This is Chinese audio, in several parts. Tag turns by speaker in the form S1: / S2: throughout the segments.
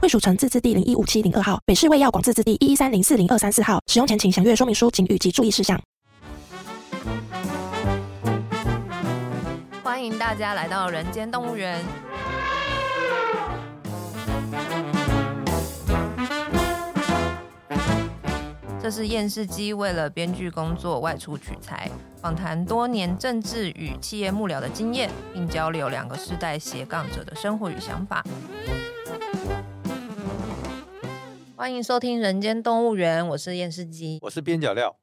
S1: 惠蜀城自治地零一五七零二号，北市卫药广自治地一一三零四零二三四号。使用前请详阅说明书、警语及注意事项。
S2: 欢迎大家来到人间动物园。这是验视机为了编剧工作外出取材，访谈多年政治与企业幕僚的经验，并交流两个世代斜杠者的生活与想法。欢迎收听《人间动物园》，我是验视机。
S3: 我是边角料，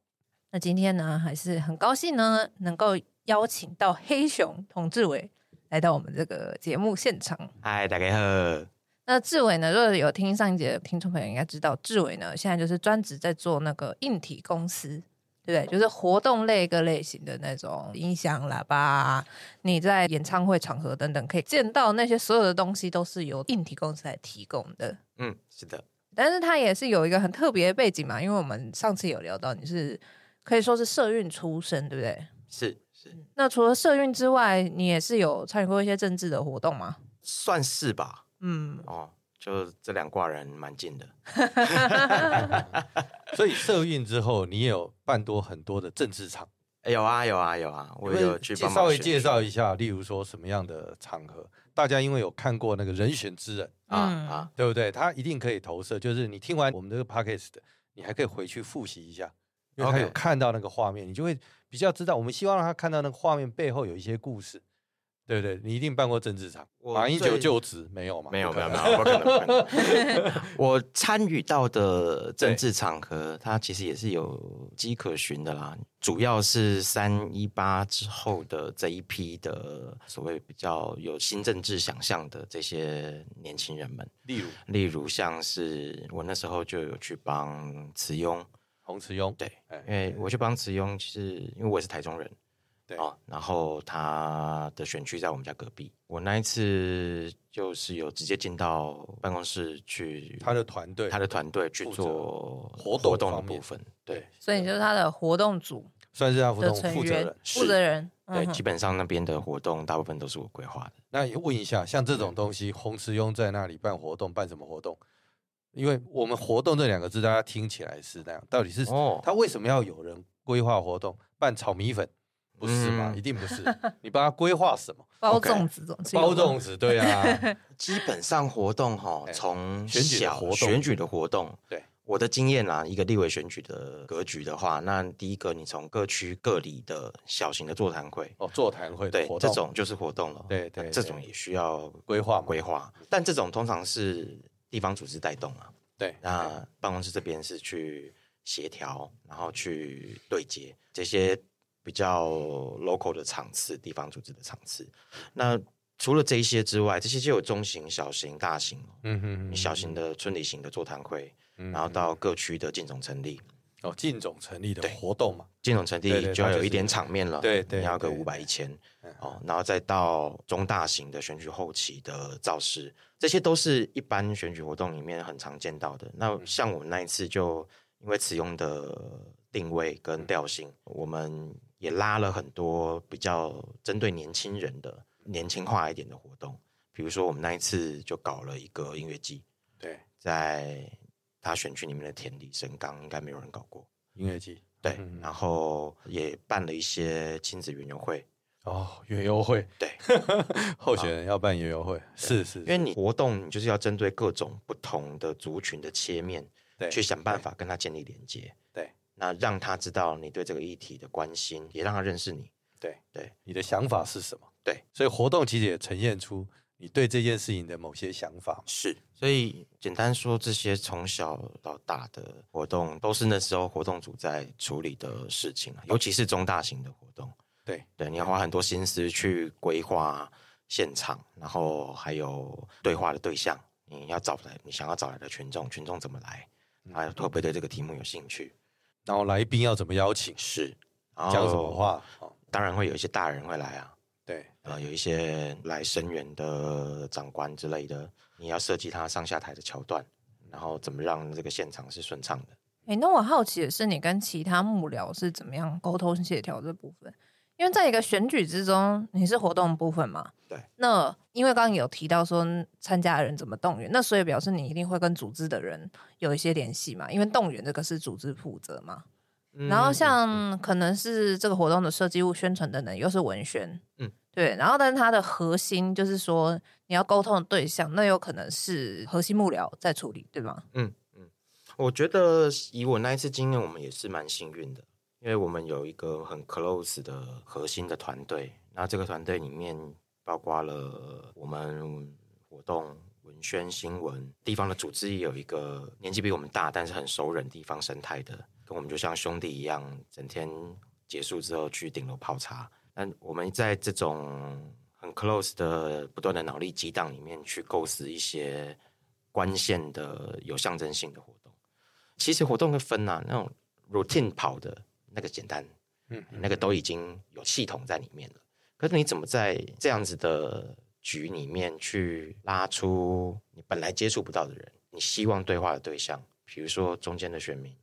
S2: 那今天呢，还是很高兴呢，能够邀请到黑熊童志伟来到我们这个节目现场。
S3: 嗨，大家好，
S2: 那志伟呢，如果有听上一节的听众朋友应该知道，志伟呢现在就是专职在做那个硬体公司。对不对？就是活动类各类型的那种音响、喇叭啊，你在演唱会场合等等可以见到那些所有的东西，都是由硬体公司来提供的。
S3: 嗯，是的，
S2: 但是他也是有一个很特别的背景嘛，因为我们上次有聊到你是可以说是社运出身，对不对？
S3: 是是，
S2: 那除了社运之外，你也是有参与过一些政治的活动吗？
S3: 算是吧。
S2: 嗯，
S3: 哦，就这两挂人蛮近的，
S4: 所以社运之后，你也有办多很多的政治场，
S3: 哎有啊有啊有啊，我
S4: 有没有
S3: 有去
S4: 介
S3: 帮
S4: 稍
S3: 忙
S4: 微
S3: 选
S4: 介绍一下，例如说什么样的场合，大家因为有看过那个人选之人，
S3: 啊
S2: 嗯
S3: 啊，
S4: 对不对？他一定可以投射，就是你听完我们这个 podcast，你还可以回去复习一下，因为他
S3: OK
S4: 有看到那个画面，你就会比较知道。我们希望让他看到那个画面背后有一些故事，对不对？你一定办过政治场，
S3: 我
S4: 马英
S3: 最
S4: 九就职没有嘛？
S3: 没有
S4: 不
S3: 没
S4: 可
S3: 有没有，
S4: 能
S3: 不 可能不可能。我参与到的政治场合，它其实也是有迹可循的啦。主要是三一八之后的这一批的所谓比较有新政治想象的这些年轻人们，
S4: 例如
S3: 例如像是我那时候就有去帮慈庸。
S4: 洪慈庸，
S3: 对
S4: 哎，
S3: 因为我去帮慈庸，是因为我也是台中人，
S4: 对
S3: 哦，然后他的选区在我们家隔壁。我那一次就是有直接进到办公室去，
S4: 他的团队，
S3: 他的团队去
S4: 负责
S3: 做
S4: 活动
S3: 活动的
S4: 方面
S3: 部分，
S4: 对，
S2: 所以你就是他的活动组
S4: 算是他活
S2: 的
S4: 动
S2: 成
S4: 负责
S2: 员
S4: 人，。
S2: 负责人，嗯
S3: 对，
S2: 哼
S3: 基本上那边的活动大部分都是我规划的。
S4: 那也问一下，像这种东西，洪慈庸在那里办活动，办什么活动？因为我们“活动”这两个字，大家听起来是那样，到底是
S3: 哦
S4: 他为什么要有人规划活动？办炒米粉不是嘛？
S3: 嗯
S4: 一定不是，你帮他规划什么？
S2: 包
S3: OK
S2: 粽子总是有
S4: 包
S2: 吧
S4: 粽子，对啊，
S3: 基本上活动哈，
S4: 哎
S3: 从
S4: 选举的
S3: 小
S4: 活动
S3: 选举的活动，
S4: 对
S3: 我的经验啦，一个立委选举的格局的话，那第一个你从各区各里的小型的座谈会，
S4: 哦，座谈会的
S3: 对
S4: 活，
S3: 这
S4: 动
S3: 种就是活动了。
S4: 对
S3: 那
S4: 对对
S3: 这种也需要
S4: 规划嘛
S3: 规划，但这种通常是地方组织带动啊。
S4: 对，
S3: 那办公室这边是去协调，然后去对接这些比较 local 的场次、地方组织的场次。那除了这一些之外，这些就有中型、小型、大型哦，
S4: 嗯哼
S3: 你小型的村里型的座谈会，
S4: 嗯
S3: 然后到各区的进总成立。
S4: 哦，进总成立的
S3: 对
S4: 活动嘛，
S3: 金融成
S4: 对对
S3: 地就要
S4: 它就
S3: 有一点
S4: 是
S3: 场面了，
S4: 对对
S3: 你要个
S4: 对
S3: 五百一千
S4: 嗯
S3: 哦，然后再到中大型的选举后期的造势，这些都是一般选举活动里面很常见到的。那
S4: 嗯
S3: 像我们那一次就因为此用的定位
S4: 嗯
S3: 跟调性，我们也拉了很多比较针对年轻人的年轻化一点的活动，比如说我们那一次就搞了一个音乐季，
S4: 对，
S3: 在他选区里面的田里神冈应该没有人搞过。
S4: 音乐季
S3: 对，
S4: 嗯
S3: 然后也办了一些亲子园游会，
S4: 哦，园游会，
S3: 对，
S4: 候选人要办园游会，是是，
S3: 因为你活动你就是要针对各种不同的族群的切面，
S4: 对
S3: 去想办法跟他建立连接，
S4: 对，
S3: 那让他知道你对这个议题的关心，也让他认识你，
S4: 对
S3: 对，
S4: 你的想法是什么？
S3: 对，
S4: 所以活动其实也呈现出你对这件事情的某些想法嘛。
S3: 是。所以简单说，这些从小到大的活动都是那时候活动组在处理的事情啊尤其是中大型的活动。
S4: 对，
S3: 对，你要花很多心思去规划现场，然后还有对话的对象，你要找来你想要找来的群众，群众怎么来，
S4: 嗯
S3: 他会不会对这个题目有兴趣？
S4: 然后来宾要怎么邀请，
S3: 是，然后
S4: 讲什么话？哦，
S3: 当然会有一些大人会来啊，
S4: 对，
S3: 啊，有一些来声援的长官之类的，你要设计他上下台的桥段，然后怎么让这个现场是顺畅的。
S2: 哎、那我好奇的是，你跟其他幕僚是怎么样沟通协调这部分？因为在一个选举之中，你是活动部分嘛？
S3: 对。
S2: 那因为刚刚有提到说参加的人怎么动员，那所以表示你一定会跟组织的人有一些联系嘛？因为动员这个是组织负责嘛。然后
S3: 嗯
S2: 像可能是这个活动的设计物宣传等等，又是文宣，
S3: 嗯
S2: 嗯，对。然后但是它的核心就是说你要沟通的对象，那有可能是核心幕僚在处理，对吗？
S3: 嗯嗯，我觉得以我那一次经验，我们也是蛮幸运的，因为我们有一个很 close 的核心的团队。那这个团队里面包括了我们活动、文宣、新闻，地方的组织也有一个年纪比我们大，但是很熟稔地方生态的，跟我们就像兄弟一样，整天结束之后去顶楼泡茶。但我们在这种很 close 的不断的脑力激荡里面，去构思一些关键的有象征性的活动。其实活动会分啊，那种 routine 跑的那个简单，
S4: 嗯，
S3: 那个都已经有系统在里面了。可是你怎么在这样子的局里面去拉出你本来接触不到的人，你希望对话的对象，比如说中间的选民，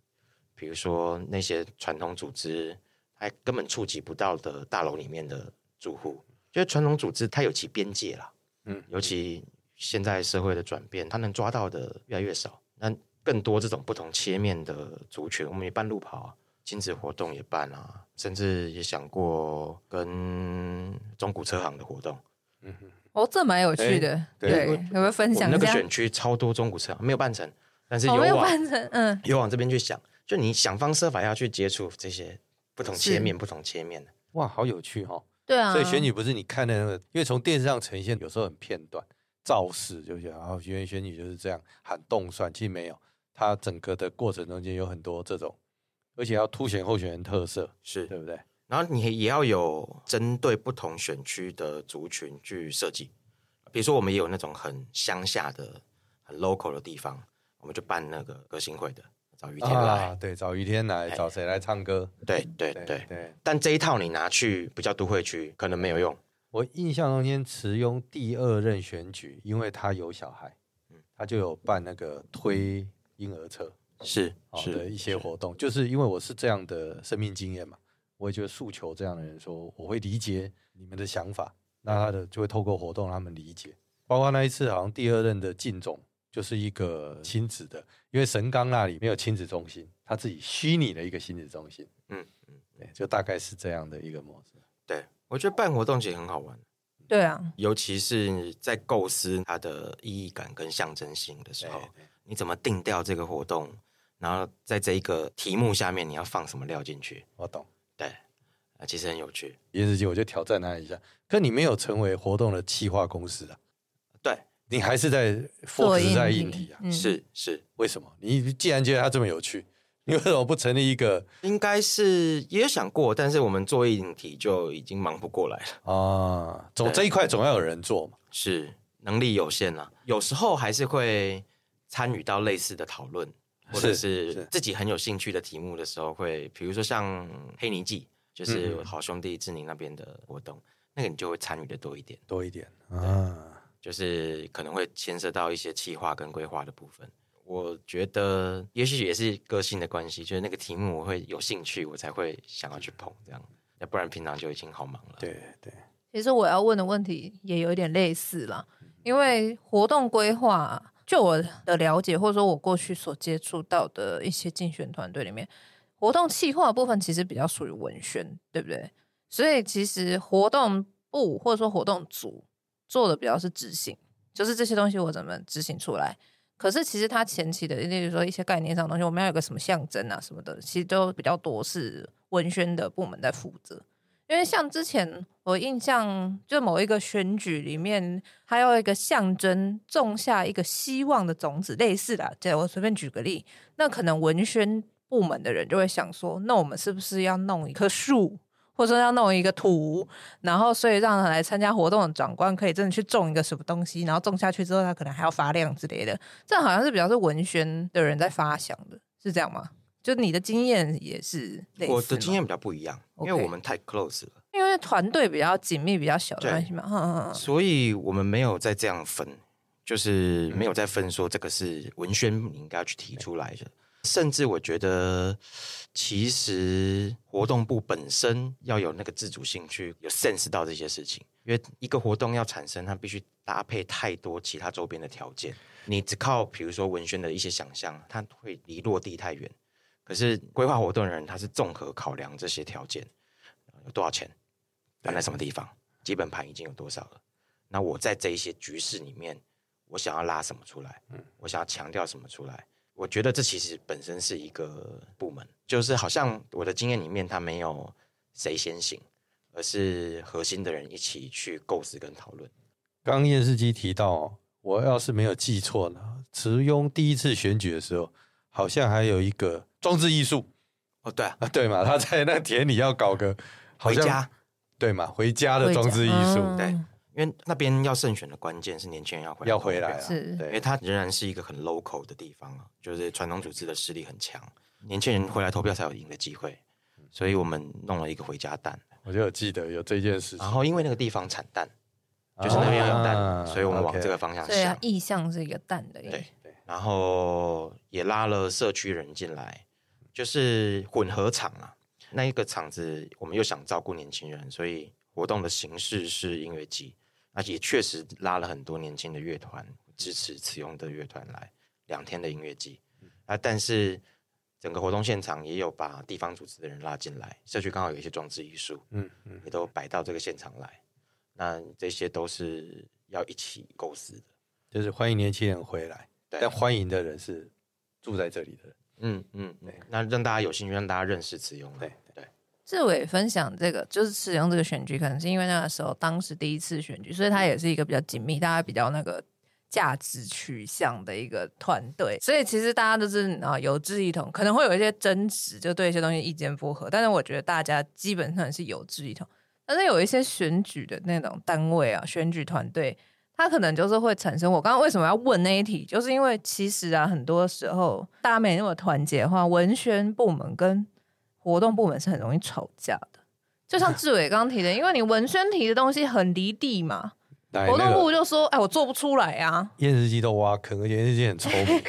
S3: 比如说那些传统组织还根本触及不到的大楼里面的住户，就是传统组织它有其边界啦。
S4: 嗯
S3: 尤其现在社会的转变，他能抓到的越来越少。那更多这种不同切面的族群，我们也办路跑啊，亲子活动也办啊，甚至也想过跟中古车行的活动。
S2: 哦，这蛮有趣的，
S4: 对
S2: 对，有没有分
S3: 我
S2: 享
S3: 们那
S2: 一
S3: 个
S2: 下？
S3: 选区超多中古车行，没有办成，但是有啊
S2: 哦，没有
S3: 往
S2: 办成，嗯，
S3: 有往这边去想，就你想方设法要去接触这些不同切面、不同切面的。
S4: 哇，好有趣哈、哦！
S2: 对啊。
S4: 所以选举不是你看的那个，因为从电视上呈现有时候很片段，造势就是哦然后选举选举就是这样喊动算，其实没有，它整个的过程中间有很多这种，而且要凸显候选人特色，
S3: 是
S4: 对不对？
S3: 然后你也要有针对不同选区的族群去设计，比如说我们也有那种很乡下的、很 local 的地方，我们就办那个歌星会的，找于天来。
S4: 啊，对，找于天来，
S3: 哎
S4: 找谁来唱歌？
S3: 对对对
S4: 对对，
S3: 但这一套你拿去比较都会区，可能没有用。
S4: 我印象中间，慈庸第二任选举，因为他有小孩，
S3: 嗯
S4: 他就有办那个推婴儿车
S3: 是
S4: 哦的一些活动，就是因为我是这样的生命经验嘛，我也就诉求这样的人说，我会理解你们的想法，那他的就会透过活动让他们理解。包括那一次，好像第二任的靳总就是一个亲子的，因为神冈那里没有亲子中心，他自己虚拟了一个亲子中心，
S3: 嗯
S4: 对，就大概是这样的一个模式。
S3: 对，我觉得办活动其实很好玩，
S2: 对啊，
S3: 尤其是在构思它的意义感跟象征性的时候，
S4: 哎
S3: 你怎么定调这个活动，然后在这一个题目下面你要放什么料进去？
S4: 我懂。
S3: 对，啊，其实很有趣。
S4: 电视机，我就挑战他一下。可你没有成为活动的企划公司啊，
S3: 对，
S4: 你还是在
S2: 做
S4: focus 在硬体啊？
S2: 嗯、
S3: 是是，
S4: 为什么？你既然觉得它这么有趣，你为什么不成立一个
S3: 应该是也有想过，但是我们做硬体就已经忙不过来了，
S4: 啊？总
S3: 对
S4: 这一块总要有人做嘛？
S3: 是能力有限啊。有时候还是会参与到类似的讨论，或者是
S4: 是是
S3: 自己很有兴趣的题目的时候会，比如说像黑泥记，就是
S4: 嗯
S3: 好兄弟志宁那边的活动，那个你就会参与的多一点，
S4: 多一点啊，
S3: 就是可能会牵涉到一些企划跟规划的部分。我觉得也许也是个性的关系，就是那个题目我会有兴趣，我才会想要去碰这样，要不然平常就已经好忙了。
S4: 对对，
S2: 其实我要问的问题也有一点类似啦，因为活动规划，就我的了解，或者说我过去所接触到的一些竞选团队里面，活动企划的部分其实比较属于文宣，对不对？所以其实活动部或者说活动组做的比较是执行，就是这些东西我怎么执行出来。可是其实它前期的，例如说一些概念上的东西，我们要有个什么象征啊什么的，其实都比较多是文宣的部门在负责。因为像之前我印象，就某一个选举里面，还有一个象征种下一个希望的种子，类似的。这我随便举个例，那可能文宣部门的人就会想说，那我们是不是要弄一棵树，或者说要弄一个土，然后所以让来参加活动的长官可以真的去种一个什么东西，然后种下去之后，它可能还要发亮之类的。这好像是比较是文宣的人在发想的，是这样吗？就你的经验也是类似吗
S3: 我的经验，比较不一样，因为
S2: OK
S3: 我们太 close 了，
S2: 因为团队比较紧密、比较小的
S3: 对
S2: 关系嘛，嗯嗯嗯，
S3: 所以我们没有再这样分，就是没有再分说这个是文宣你应该要去提出来的。甚至我觉得，其实活动部本身要有那个自主性，去有 sense 到这些事情。因为一个活动要产生，它必须搭配太多其他周边的条件。你只靠比如说文宣的一些想象，它会离落地太远。可是规划活动的人，他是综合考量这些条件，呃有多少钱，办在什么地方，基本盘已经有多少了。那我在这一些局势里面，我想要拉什么出来，我想要强调什么出来。我觉得这其实本身是一个部门，就是好像我的经验里面，它没有谁先行，而是核心的人一起去构思跟讨论。
S4: 刚刚验视机提到、哦，我要是没有记错呢，慈庸第一次选举的时候，好像还有一个装置艺术
S3: 哦，对啊，
S4: 啊，对嘛，他在那田里要搞个好
S3: 回
S4: 像
S3: 家，
S4: 对嘛，回家的装置艺术，
S2: 嗯
S3: 对，因为那边要胜选的关键是年轻人要回来
S4: 要回来啊，
S2: 是
S3: 因为
S4: 对，
S3: 它仍然是一个很 local 的地方啊，就是传统组织的势力很强，年轻人回来投票才有赢的机会，
S4: 嗯
S3: 所以我们弄了一个回家蛋，
S4: 我就有记得有这件事情
S3: 然，后因为那个地方产蛋，就是那边有蛋，
S4: 啊
S3: 所以我们往
S4: OK
S3: 这个方向
S2: 所以它
S3: 想，
S2: 意向是一个蛋的意思，
S3: 对然后也拉了社区人进来，就是混合场啊，那一个场子我们又想照顾年轻人，所以活动的形式是音乐季，那也确实拉了很多年轻的乐团支持慈庸的乐团来两天的音乐季
S4: 嗯
S3: 啊，但是整个活动现场也有把地方组织的人拉进来，社区刚好有一些装置艺术，
S4: 嗯嗯，
S3: 也都摆到这个现场来，那这些都是要一起构思的。
S4: 就是欢迎年轻人回来，
S3: 对
S4: 但欢迎的人是住在这里的人，
S3: 嗯嗯，嗯那让大家有兴趣，让大家认识慈庸啊。
S4: 对
S3: 对，
S2: 志伟分享这个，就是使用这个选举，可能是因为那个时候当时第一次选举，所以他也是一个比较紧密，大家比较那个价值取向的一个团队，所以其实大家都是啊有志一同，可能会有一些争执，就对一些东西意见不合，但是我觉得大家基本上是有志一同。但是有一些选举的那种单位啊，选举团队，它可能就是会产生。我刚刚为什么要问那一题，就是因为其实啊，很多时候大家没那么团结的话，文宣部门跟活动部门是很容易吵架的。就像志伟刚刚提的，因为你文宣提的东西很离地嘛，
S4: 来
S2: 活
S4: 那
S2: 动
S4: 个
S2: 部就说：“哎，我做不出来啊。
S4: 验尸机都挖坑，而且验尸机很聪明，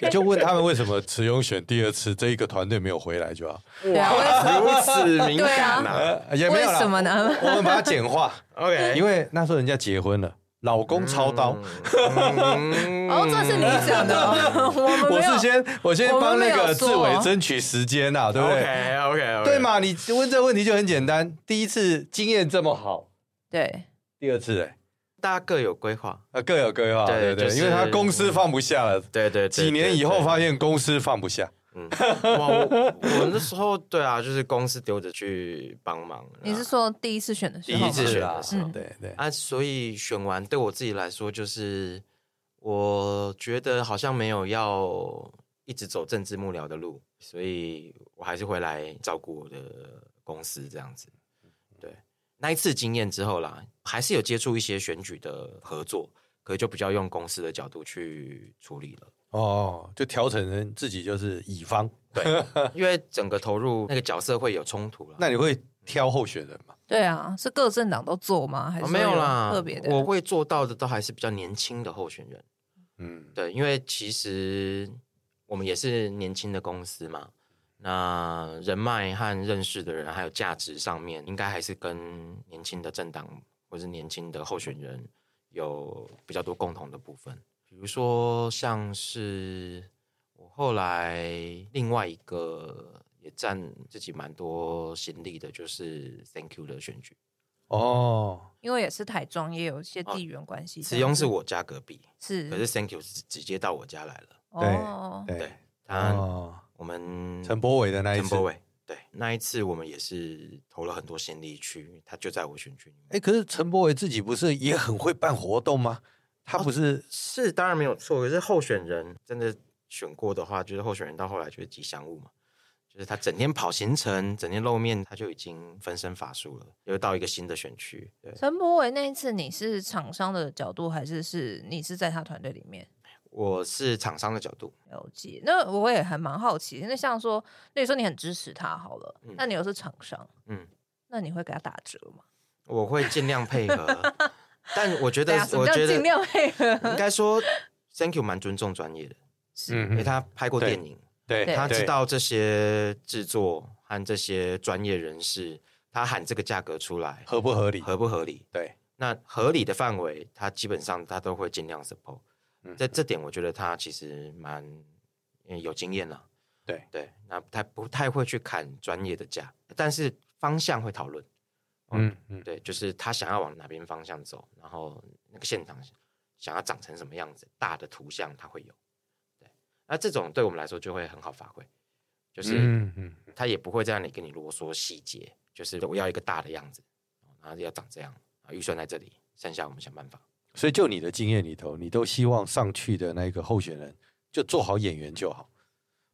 S4: 你就问他们为什么慈庸选第二次，这一个团队没有回来就 好，”
S2: 对啊，为什
S3: 如此敏
S2: 感
S3: 呐、
S4: 呃，也没
S2: 为
S4: 有啦
S2: 什么呢？
S4: 我们把它简 化，
S3: OK，
S4: 因为那时候人家结婚了，老公操刀，
S3: 嗯
S2: 哦，这是你讲的 哦，我们没
S4: 我
S2: 有
S4: 是先我先帮那
S2: 我们没
S4: 个
S2: 有
S4: 志
S2: 说
S4: 伟争取时间呐、对不对
S3: OK OK，
S4: 对？嘛？你问这问题就很简单，第一次经验这么好，
S2: 对
S4: 第二次哎、
S3: 大家各有规划，
S4: 呃各有规划，
S3: 对
S4: 对对，
S3: 就是
S4: 因为他公司放不下了，
S3: 对对
S4: 几年以后发，现公司放不下，
S3: 嗯，哇，我我那时候对啊，就是公司丢着去帮忙，
S2: 你是说第一次选的时候吗？
S3: 第一次选的时候
S2: 嗯
S4: 对对，
S3: 啊，所以选完对我自己来说，就是我觉得好像没有要一直走政治幕僚的路，所以我还是回来照顾我的公司这样子。对，那一次经验之后啦，还是有接触一些选举的合作，可是就比较用公司的角度去处理了。
S4: 哦，就调整成自己就是乙方，
S3: 对，因为整个投入那个角色会有冲突了。
S4: 那你会挑候选人吗？
S2: 对啊，是各政党都做吗？还是
S3: 啊
S2: 说
S3: 没有啦，
S2: 特别的？
S3: 我会做到的都还是比较年轻的候选人。
S4: 嗯，
S3: 对，因为其实我们也是年轻的公司嘛，那人脉和认识的人，还有价值上面，应该还是跟年轻的政党或是年轻的候选人有比较多共同的部分。比如说，像是我后来另外一个也占自己蛮多心力的，就是 Thank You 的选举。
S4: 哦，
S2: 因为也是台中，也有一些地缘关系。
S3: 哦慈庸是我家隔壁，
S2: 是，
S3: 可是 Thank You 是直接到我家来了。
S2: 哦，
S4: 对
S3: 对，他
S4: 哦，
S3: 我们
S4: 陈柏伟的那一
S3: 陈
S4: 次
S3: 柏，伟，对，那一次我们也是投了很多心力去，他就在我选区里面。
S4: 哎，可是陈柏伟自己不是也很会办活动吗？他不
S3: 哦
S4: 是
S3: 是，当然没有错，可是候选人真的选过的话，就是候选人到后来就是吉祥物嘛，就是他整天跑行程，整天露面，他就已经分身乏术了，又到一个新的选区。对
S2: 陈柏伟那一次，你是厂商的角度，还是是你是在他团队里面？
S3: 我是厂商的角度，
S2: 了解，那我也还蛮好奇。那像说，那你说你很支持他好了，
S3: 嗯
S2: 那你又是厂商，
S3: 嗯，
S2: 那你会给他打折吗？
S3: 我会尽量 配合，但我觉得
S2: 对啊，什么
S3: 我
S2: 叫
S3: 觉得
S2: 尽量配
S3: 应
S2: 合？
S3: 该说，Thank you 蛮尊重专业的，
S2: 是
S3: 因为他拍过
S4: 对
S3: 电影，
S4: 嗯对，
S2: 嗯对
S3: 他知
S4: 对
S3: 道这些制作和这些专业人士，他喊这个价格出来
S4: 合不合理？
S3: 合不合理？
S4: 对，
S3: 那合理的范围，他基本上他都会尽量 support。
S4: 嗯
S3: 在这点，我觉得他其实蛮呃有经验了。
S4: 对
S3: 对，那他不太会去砍专业的价，但是方向会讨论。嗯
S4: 嗯嗯，
S3: 对，就是他想要往哪边方向走，然后那个现场想要长成什么样子，大的图像他会有。对，那这种对我们来说就会很好发挥，就是
S4: 嗯嗯
S3: 他也不会在那里跟你啰嗦细节，就是我要一个大的样子，然后要长这样，啊，预算在这里，剩下我们想办法。
S4: 所以就你的经验里头，你都希望上去的那个候选人就做好演员就好，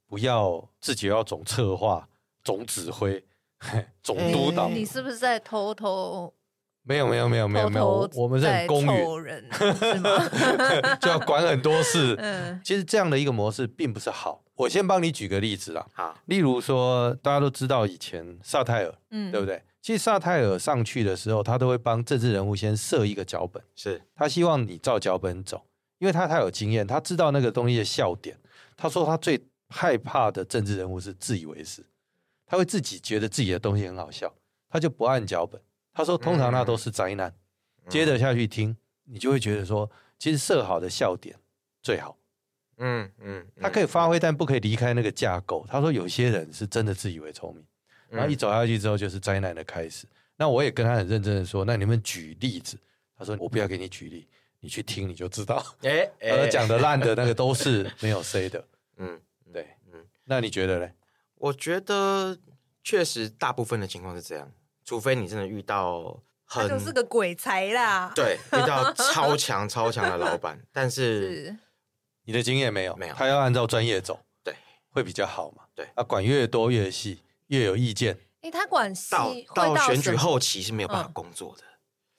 S4: 不要自己要总策划、总指挥、 嘿总督导。
S3: 哎
S2: 你是不是在偷偷
S4: 没有没有没哦有没有没有，
S2: 偷
S4: 我
S2: 偷
S4: 我们是很
S2: 在
S4: 公
S2: 凑
S4: 允，
S2: 人啊是吗？
S4: 就要管很多事。
S2: 嗯，
S4: 其实这样的一个模式并不是好。我先帮你举个例子啦，
S3: 好，
S4: 例如说大家都知道以前萨泰尔，
S2: 嗯
S4: 对不对？其实萨泰尔上去的时候，他都会帮政治人物先设一个脚本。
S3: 是
S4: 他希望你照脚本走，因为他太有经验，他知道那个东西的笑点。他说他最害怕的政治人物是自以为是，他会自己觉得自己的东西很好笑，他就不按脚本。他说通常那都是灾难。
S3: 嗯
S4: 接着下去听，你就会觉得说，其实设好的笑点最好，
S3: 嗯嗯，
S4: 他可以
S3: 挥，
S4: 发挥，但不可以离开那个架构。他说有些人是真的自以为聪明。然后
S3: 嗯
S4: 一走下去之后就是灾难的开始。那我也跟他很认真的说，那你们举例子。他说我不要给你举例，你去听你就知道。
S3: 哎，
S4: 而呃讲的烂的那个都是没有 say 的，
S3: 嗯，
S4: 对，
S3: 嗯
S4: 那你觉得嘞？
S3: 我觉得确实大部分的情况是这样，除非你真的遇到
S2: 他
S3: 很
S2: 就是个鬼才啦。
S3: 对，遇到超强超强的老板，但是
S2: 是，
S4: 你的经验没有？
S3: 没有
S4: 他要按照专业走，
S3: 对，
S4: 会比较好嘛？
S3: 对
S4: 啊，管越多越细，越有意见。
S2: 哎，他管戏
S3: 到
S2: 会
S3: 到选
S2: 什
S3: 举
S2: 么
S3: 后期是没有办法
S2: 嗯
S3: 工作的，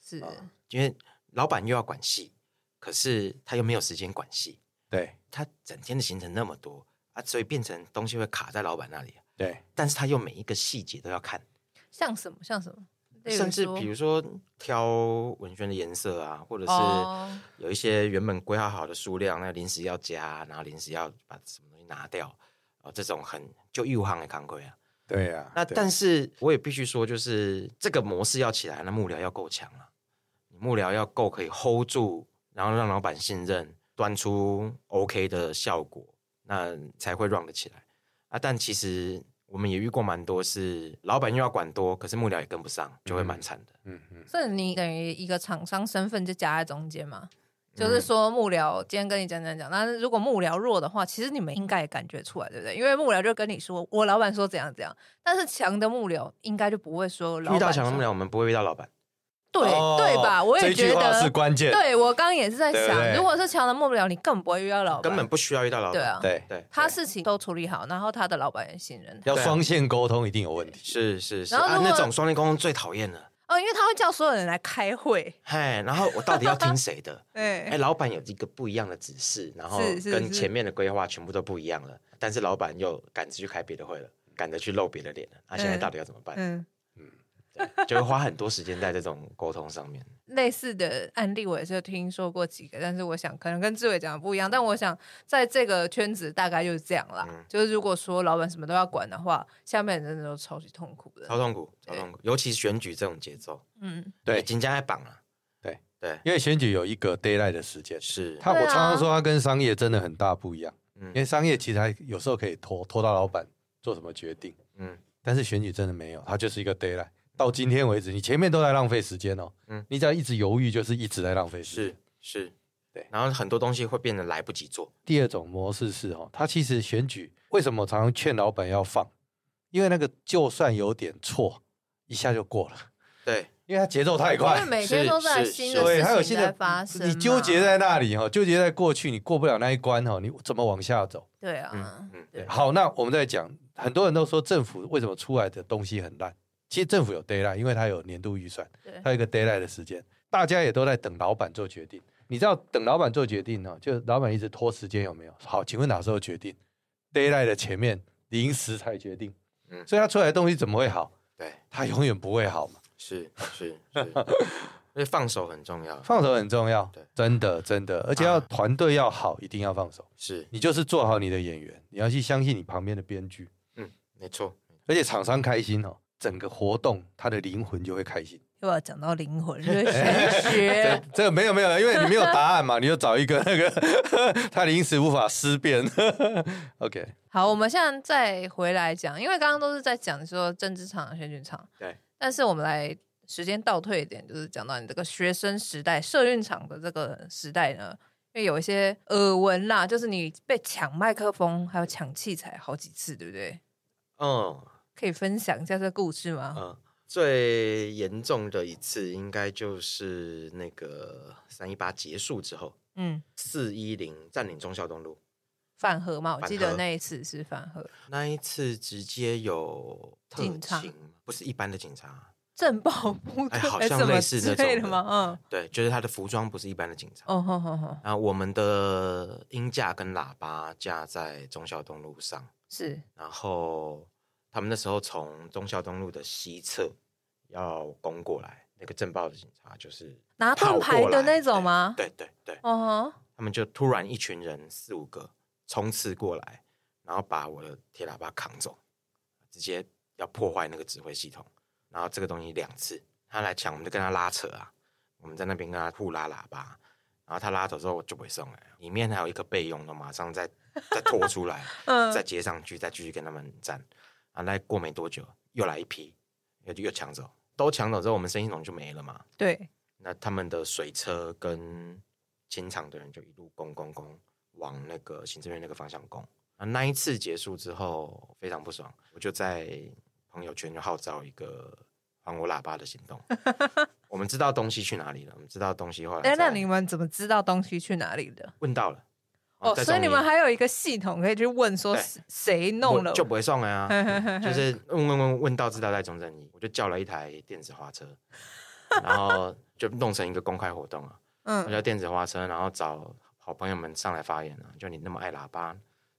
S2: 是
S3: 因为老板又要管戏，可是他又没有时间管戏，
S4: 对
S3: 他整天的行程那么多啊，所以变成东西会卡在老板那里，
S4: 对，
S3: 但是他又每一个细节都要看。
S2: 像什么像什么，例如
S3: 甚至
S2: 说
S3: 比如说挑文宣的颜色啊，或者
S2: 哦
S3: 是有一些原本规划好的数量，那临时要加，然后临时要把什么东西拿掉，啊、这种很就义务行的扛规啊。
S4: 对呀、
S3: 那
S4: 对
S3: 但是我也必须说，就是这个模式要起来，那幕僚要够强啊，你幕僚要够可以 hold 住，然后让老板信任，端出 OK 的效果，那才会 run 得起来啊。但其实我们也遇过蛮多是老板又要管多，可是幕僚也跟不上，就会蛮惨的。
S4: 嗯嗯，
S2: 所以你等于一个厂商身份就夹在中间嘛。
S3: 嗯
S2: 就是说幕僚今天跟你讲讲讲，但是如果幕僚弱的话，其实你们应该也感觉出来，对不对？因为幕僚就跟你说，我老板说怎样怎样，但是强的幕僚应该就不会说老板
S3: 遇到强的幕
S2: 说
S3: 僚，我们不会遇到老板。
S2: 对、
S4: 哦
S2: 对吧？我也
S4: 这
S2: 觉
S4: 句话
S2: 得
S4: 是关键，
S2: 对我刚刚也是在
S4: 对
S2: 想，
S4: 不对
S2: 如果是强的幕僚，你更不会遇到老板，
S3: 根本不需要遇到老板。
S2: 对啊
S4: 对，
S3: 对，
S2: 他事情都处理好，然后他的老板也信任他。
S4: 要
S3: 对啊
S4: 双线沟通一定有问题。
S3: 是是是
S2: 然后
S3: 啊，
S2: 如果
S3: 那种双立工最讨厌了。
S2: 哦，因为他会叫所有人来开会，？
S3: 嘿，然后我到底要听谁的
S2: 对
S3: 哎、老板有一个不一样的指示，然后
S2: 是是
S3: 跟
S2: 是
S3: 前面的规划全部都不一样了，但是老板又赶着去开别的会了，赶着去露别的脸了，啊那、现在
S2: 嗯
S3: 到底要怎么办？
S2: 嗯，
S3: 对就会花很多时间在这种沟通上面。
S2: 类似的案例我也是有听说过几个，但是我想可能跟志伟讲的不一样，但我想在这个圈子大概就是这样啦。
S3: 嗯
S2: 就是如果说老板什么都要管的话，下面的人真的都超级痛苦的
S3: 超。痛苦，超
S2: 对
S3: 痛苦，尤其是选举这种节奏，
S2: 嗯，
S4: 对
S3: 紧加在绑啊，
S4: 对
S3: 对，
S4: 因为选举有一个 d a y l i g h t 的时间，
S3: 是，
S4: 他
S2: 对
S4: 我
S2: 啊
S4: 常常说他跟商业真的很大不一样，因为
S3: 嗯
S4: 商业其实还有时候可以拖拖到老板做什么决定，
S3: 嗯，
S4: 但是选举真的没有，它就是一个 d a y l i g h t 到今天为止，你前面都在浪费时间哦，
S3: 嗯
S4: 你只要一直犹豫，就是一直在浪费时间。
S3: 是是，
S4: 对
S3: 然后很多东西会变得来不及做，
S4: 第二种模式是哦，他其实选举为什么常常劝老板要放，因为那个就算有点错，一下就过了。
S3: 对，
S4: 因为它节奏太
S2: 因
S4: 快
S2: 为，每天都是有新的
S3: 是
S4: 对，还有
S2: 事
S4: 新
S2: 情
S4: 的
S2: 在发生嘛，啊
S4: 你纠结在那里哈，哦纠结在过去，你过不了那一关哦哈，你怎么往下走？
S2: 对啊，
S3: 嗯
S2: 对
S4: 好，那我们再讲，很多人都说政府为什么出来的东西很烂，其实政府有 d a y l i g h t 因为它有年度预算
S2: 对，
S4: 它有一个 d a y l i g h t 的时间，大家也都在等老板做决定。你知道等老板做决定呢，就老板一直拖时间有没有？好，请问哪时候决定 d a y l i g h t 的前面临时才决定，
S3: 嗯
S4: 所以它出来的东西怎么会好？
S3: 对，
S4: 它永远不会好嘛。
S3: 是是 是，所以放手很重要，
S4: 放手很重要
S3: 对，
S4: 真的真的，而且要
S3: 啊
S4: 团队要好，一定要放手。
S3: 是
S4: 你就是做好你的演员，你要去相信你旁边的编剧，
S3: 没错，
S4: 而且厂商开心哦，整个活动它的灵魂就会开心。
S2: 又要讲到灵魂，就是 玄学
S4: 这这个没有没有，因为你没有答案嘛，你 就找一个那个他临时无法思辨。OK，
S2: 好，我们现在再回来讲，因为刚刚都是在讲说政治场、选举场，
S3: 对。
S2: 但是我们来时间倒退一点，就是讲到你这个学生时代、社运场的这个时代呢，因为有一些耳闻啦，就是你被抢麦克风，还有抢器材好几次，对不对？
S3: 嗯
S2: 可以分享一下这个故事吗？
S3: 嗯，最严重的一次应该就是那个三一八结束之后，
S2: 嗯，
S3: 四一零占领忠孝东路
S2: 饭盒嘛，我记
S3: 饭
S2: 得
S3: 盒
S2: 那一次是饭盒，
S3: 那一次，直接有特
S2: 警察
S3: 勤，不是一般的警察，
S2: 震爆部队，
S3: 哎好
S2: 哎
S3: 像
S2: 什么
S3: 类似
S2: 之
S3: 那种
S2: 类的
S3: 的
S2: 吗？嗯，
S3: 对，就是他的服装不是一般的警察。
S2: 哦，好好好，
S3: 然后我们的音架跟喇叭架在忠孝东路上，
S2: 是
S3: 然后他们那时候从忠孝东路的西侧要攻过来，那个震爆的警察就是
S2: 拿盾
S3: 跑
S2: 牌
S3: 过
S2: 的
S3: 来
S2: 那种
S3: 对
S2: 吗
S3: 对对对，
S2: 哦吼，
S3: 他们就突然一群人四五个冲刺过来，然后把我的铁喇叭扛走，直接要破坏那个指挥系统。然后这个东西两次，他来抢，我们就跟他拉扯啊，我们在那边跟他互拉喇叭，然后他拉走之后我就不会送了，里面还有一个备用的，马上再再拖出来，
S2: 嗯
S3: 再接上去，再继续跟他们战。啊，那过没多久又来一批，又又抢走，都抢走之后，我们生意桶就没了嘛。
S2: 对，
S3: 那他们的水车跟清场的人就一路攻攻攻，往那个行政院那个方向攻。啊，那一次结束之后非常不爽，我就在朋友圈就号召一个还我喇叭的行 动。我们知道东西去哪里了，我们知道东西后来
S2: 哎，那
S3: 在
S2: 你们怎么知道东西去哪里的？
S3: 问到了
S2: 哦，
S3: 在
S2: 所以
S3: 中
S2: 你们
S3: 立
S2: 还有一个系统可以去问说
S3: 对
S2: 谁谁
S3: 我
S2: 弄了，
S3: 就不会送了 啊，嗯就是问问问问到知道在中正一，我就叫了一台电子 花车，然后就弄成一个公开活动啊。我
S2: 嗯，
S3: 叫电子花车，然后找好朋友们上来发言啊，就你那么爱喇叭，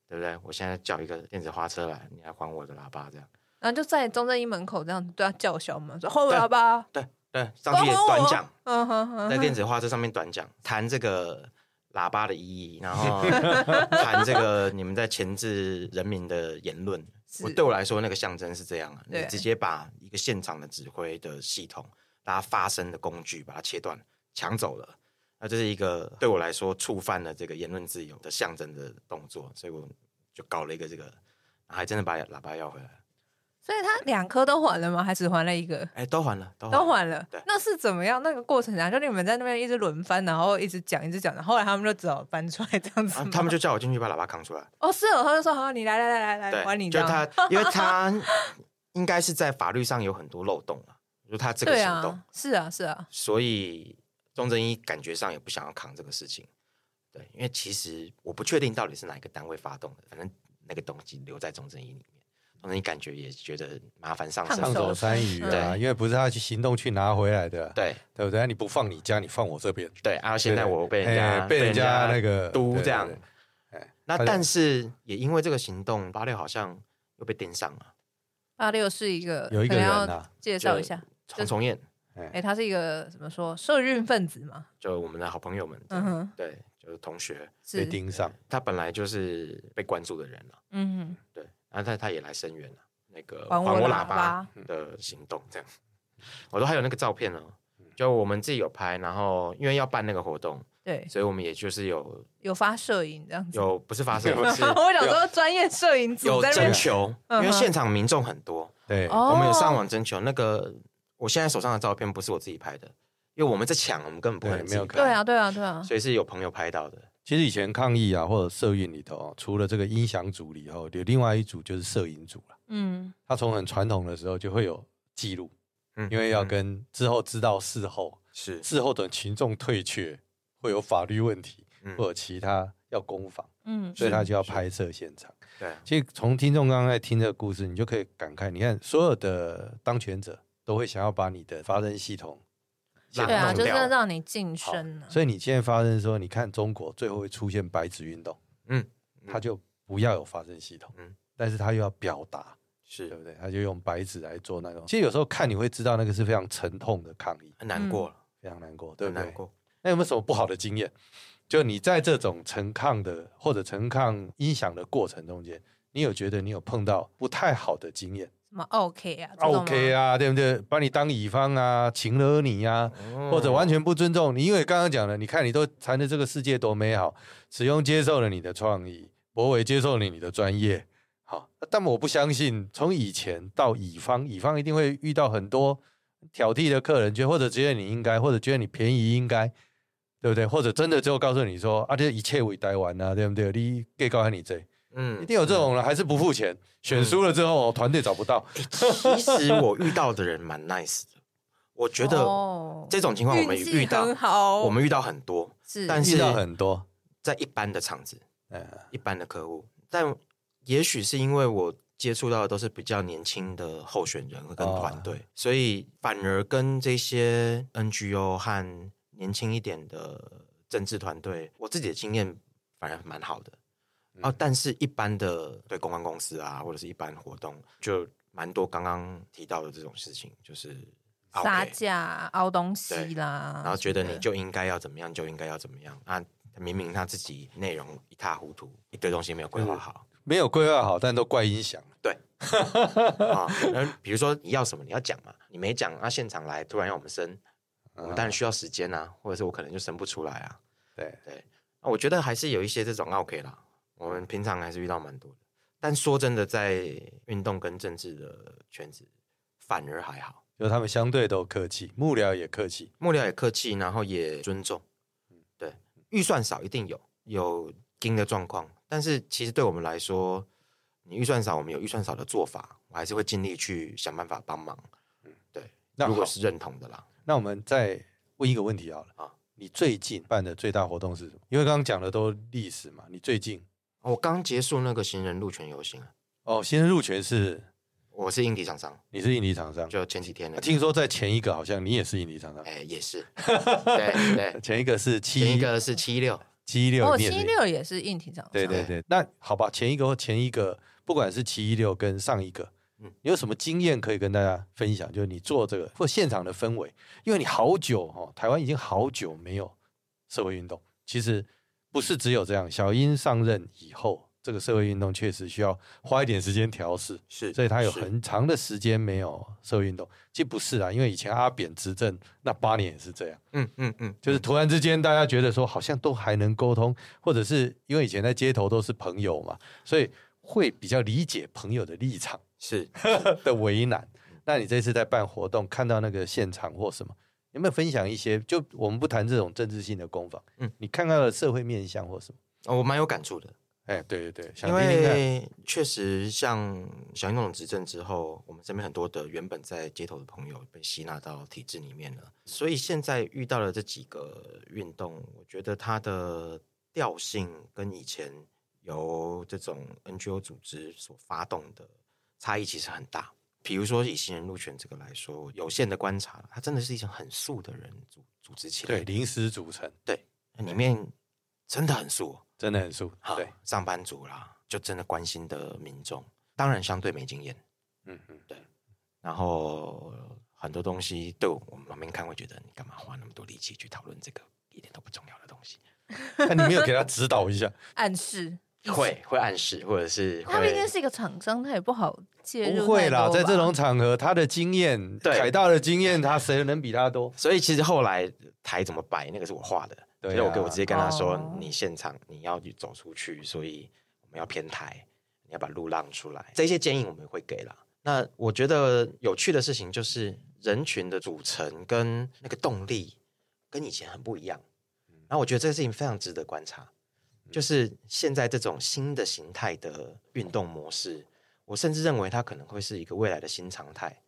S3: 对不对？我现在叫一个电子花车来，你来还我的喇叭，这样
S2: 然后就在中正一门口这样对他叫嚣嘛，说后喇叭，
S3: 对对，上去也短讲，
S2: 嗯哼哼
S3: 在
S2: 哼，
S3: 电子花车上面短讲，谈这个喇叭的意义，然后 谈这个你们在钳制人民的言论。
S2: 是
S3: 我对我来说，那个象征是这样啊，你
S2: 对
S3: 直接把一个现场的指挥的系统，大家发声的工具，把它切断、抢走了。那这是一个对我来说触犯了这个言论自由的象征的动作，所以我就搞了一个这个，还真的把喇叭要回来。
S2: 所以他两颗都还了吗？还只还了一个？
S3: 哎，都还了，都还
S2: 都
S3: 了。
S2: 还了
S3: 对，
S2: 那是怎么样？那个过程啊，就你们在那边一直轮番，然后一直讲，一直讲，然后后来他们就只好搬出来这样子
S3: 啊
S2: 吗。
S3: 他们就叫我进去把喇叭扛出来。
S2: 哦，是哦，他就说好，你来来来来来，还
S3: 对，
S2: 你这
S3: 就
S2: 样。
S3: 他，因为 他应该是在法律上有很多漏洞啊，就他这个
S2: 对
S3: 行动，
S2: 啊，是啊，是啊，
S3: 所以钟正一感觉上也不想要扛这个事情。对，因为其实我不确定到底是哪一个单位发动的，反正那个东西留在钟正一里面，钟正一感觉也觉得麻烦上身，
S4: 烫
S2: 烫
S4: 手
S2: 手
S4: 山
S2: 山
S4: 芋
S2: 芋
S4: 啊，
S3: 对
S4: 因为不是他去行动去拿回来的，啊
S3: 对
S4: 对不对？你不放你家，你放我这边，
S3: 对，然后现在我被人
S4: 哎
S3: 家
S4: 被人家那个
S3: 嘟这样
S4: 对对，哎
S3: 那
S4: 他就
S3: 但是也因为这个行动，八六好像又被电上了，
S2: 八六啊是一个，
S4: 有一个
S2: 可能
S4: 人
S2: 要
S4: 啊
S2: 介绍一下，
S3: 黄崇彦，
S2: 哎，他是一个怎么说社运分子嘛？
S3: 就我们的好朋友们，
S2: 嗯哼，
S3: 对，就是同学，
S4: 被
S2: 是，
S4: 盯上，
S3: 他本来就是被关注的人了、
S2: 嗯哼。
S3: 对，然后他他也来声援了、那个
S2: 还我
S3: 我
S2: 喇
S3: 叭嗯
S2: 叭
S3: 的行动，这样，我都还有那个照片呢、哦就我们自己有拍，然后因为要办那个活动，
S2: 对，
S3: 所以我们也就是有
S2: 有发摄影这样子。
S3: 有不是发生，
S4: 有
S3: 是
S2: 我想说，专业摄影嗯 组
S3: 有
S2: 在那边
S3: 征，求，因
S2: 嗯
S3: 为
S2: 哼
S3: 现场民众很多，
S4: 对，
S2: 哦
S3: 我们有上网征求。那个我现在手上的照片不是我自己拍的，因为我们在抢，我们根本不可能
S4: 对
S3: 自己
S4: 没有
S3: 拍
S2: 对啊，，对啊，对啊，
S3: 所以是有朋友拍到的，
S4: 其实以前抗议啊，或者社运里头啊，除了这个音响组以后，有另外一组就是摄影组了。
S2: 嗯，
S4: 它从很传统的时候就会有记录，
S3: 嗯
S4: 因为要
S3: 嗯
S4: 跟之后知道事后，
S3: 是
S4: 事后等群众退却会有法律问题，
S3: 嗯
S4: 或者其他要攻防，
S2: 嗯，
S4: 所以
S3: 是
S4: 他就要
S3: 是
S4: 拍摄现场。
S3: 对，啊
S4: 其实从听众刚刚在听这个故事，你就可以感慨，你看所有的当权者都会想要把你的发声系统
S3: 拉
S2: 对啊，
S3: 弄
S2: 就是
S3: 掉
S2: 让你晋
S4: 好
S2: 升啊。
S4: 所以你现在发生说，你看中国最后会出现白纸运动，
S3: 嗯，
S4: 他就不要有发声系统，
S3: 嗯
S4: 但是他又要表达，
S3: 是
S4: 对不对？他就用白纸来做那种。其实有时候看你会知道那个是非常沉痛的抗议，
S3: 很难
S2: 嗯
S3: 过了，
S4: 非常难过，对
S3: 很
S4: 不
S3: 难
S4: 对？
S3: 过。
S4: 那有没有什么不好的经验？就你在这种陈抗的或者陈抗音响的过程中间，你有觉得你有碰到不太好的经验
S2: 什么 OK 啊这种吗
S4: ？OK 啊，对不对？把你当乙方啊，情了你啊，
S3: 嗯
S4: 或者完全不尊重你，因为刚刚讲了，你看你都谈的这个世界多美好，使用接受了你的创意，博伟接受了你的专业，好，但我不相信从以前到乙方，乙方一定会遇到很多挑剔的客人，觉得或者觉得你应该，或者觉得你便宜应该，对不对？或者真的就告诉你说，啊，这一切为台湾啊，对不对？你给高喊你这，
S3: 嗯
S4: 一定有这种人，还是不付钱，选输了之后哦团队找不到，
S3: 其实我遇到的人蛮 nice 的，我觉得
S2: 哦
S3: 这种情况我们
S2: 运气
S3: 遇到
S2: 很，好，
S3: 我们遇到很多，
S2: 是
S3: 但
S4: 遇
S3: 是
S4: 到很多，
S3: 在一般的场子、
S4: 嗯，
S3: 一般的客户，但也许是因为我接触到的都是比较年轻的候选人跟
S4: 哦
S3: 团队，所以反而跟这些 NGO 和年轻一点的政治团队，我自己的经验反而蛮好的。
S4: 嗯
S3: 哦，但是一般的对公关公司啊，或者是一般活动，就蛮多刚刚提到的这种事情，就是
S2: 杀
S3: OK
S2: 价、啊凹东西
S3: 对
S2: 啦，
S3: 然后觉得
S4: 对
S3: 你就应该要怎么样，就应该要怎么样啊！明明他自己内容一塌糊涂，一堆东西没有规划好
S4: 没有规划好，但都怪音响。
S3: 啊。然后比如说你要什么，你要讲嘛，你没讲啊，现场来突然要我们升，我
S4: 嗯
S3: 们当然需要时间啊，或者是我可能就升不出来啊。
S4: 对，
S3: 啊我觉得还是有一些这种 OK 啦，我们平常还是遇到蛮多的。但说真的，在运动跟政治的圈子，反而还好，
S4: 就他们相对都客气，幕僚也客气，
S3: 幕僚也客气，然后也尊重。
S4: 嗯
S3: 对，预算少一定有有盯的状况，但是其实对我们来说，你预算少，我们有预算少的做法，我还是会尽力去想办法帮忙。对，
S4: 那
S3: 如果
S4: 好
S3: 是认同的啦，
S4: 那我们再问一个问题好了
S3: 啊
S4: 你最近办的最大活动是什么？因为刚刚讲的都历史嘛，你最近
S3: 哦我刚结束那个行人路权游行，啊
S4: 哦，先生入权是
S3: 我是硬体厂商，
S4: 你是印尼厂商，啊
S3: 就前几天的，
S4: 听说在前一个好像你也是印尼厂商，
S3: 哎，也 是，对对，
S4: 前一个是七
S3: 前一个是七六，
S4: 七六，
S2: 哦，
S4: 你也是
S2: 七六也是硬体厂商，
S4: 对对对。那好吧，前一个或前一个，不管是七一六跟上一个。
S3: 嗯
S4: 你有什么经验可以跟大家分享？就是你做这个或现场的氛围，因为你好久哦，台湾已经好久没有社会运动。其实不是只有这样，小英上任以后，这个社会运动确实需要花一点时间调试，
S3: 是
S4: 所以他有
S3: 是
S4: 很长的时间没有社会运动。其实不是啊啦，因为以前阿扁执政那八年也是这样。
S3: 嗯嗯嗯，
S4: 就是突然之间，大家觉得说好像都还能沟通，或者是因为以前在街头都是朋友嘛，所以会比较理解朋友的立场
S3: 是
S4: 的为难。那你这次在办活动，看到那个现场或什么，有没有分享一些？就我们不谈这种政治性的攻防，嗯
S3: 嗯，
S4: 你看到了社会面向或什么？
S3: 哦我蛮有感触的。
S4: 哎，对对对，想
S3: 因
S4: 听听看。
S3: 为确实，像小英总统执政之后，我们身边很多的原本在街头的朋友被吸纳到体制里面了，所以现在遇到了这几个运动，我觉得它的调性跟以前由这种 NGO 组织所发动的差异其实很大。比如说以行人路权这个来说，我有限的观察，它真的是一种很素的人组组织起来
S4: 对，
S3: 的，
S4: 临时组成
S3: 里面真的很素哦、
S4: 真的很素。
S3: 好
S4: 对，，
S3: 上班族啦，就真的关心的民众，当然相对没经验，
S4: 嗯嗯，
S3: 然后很多东西对我我们旁边看会觉得你干嘛花那么多力气去讨论这个一点都不重要的东西，
S4: 那你没有给他指导一下？
S2: 暗示。
S3: 会会暗示或者是
S2: 他毕竟
S3: 会
S2: 是一个厂商，他也不好介入。
S4: 不会啦，在这种，场合，他的经验，
S3: 对
S4: 凯大的经验，他谁能比他多？
S3: 所以其实后来台怎么摆那个是我画的，
S4: 对啊
S3: 所以我跟我直接跟他说，
S2: 哦
S3: 你现场你要走出去，所以我们要偏台，你要把路让出来，这些建议我们会给啦。那我觉得有趣的事情就是人群的组成跟那个动力跟以前很不一样，
S4: 嗯
S3: 然后我觉得这个事情非常值得观察，就是现在这种新的形态的运动模式，我甚至认为它可能会是一个未来的新常态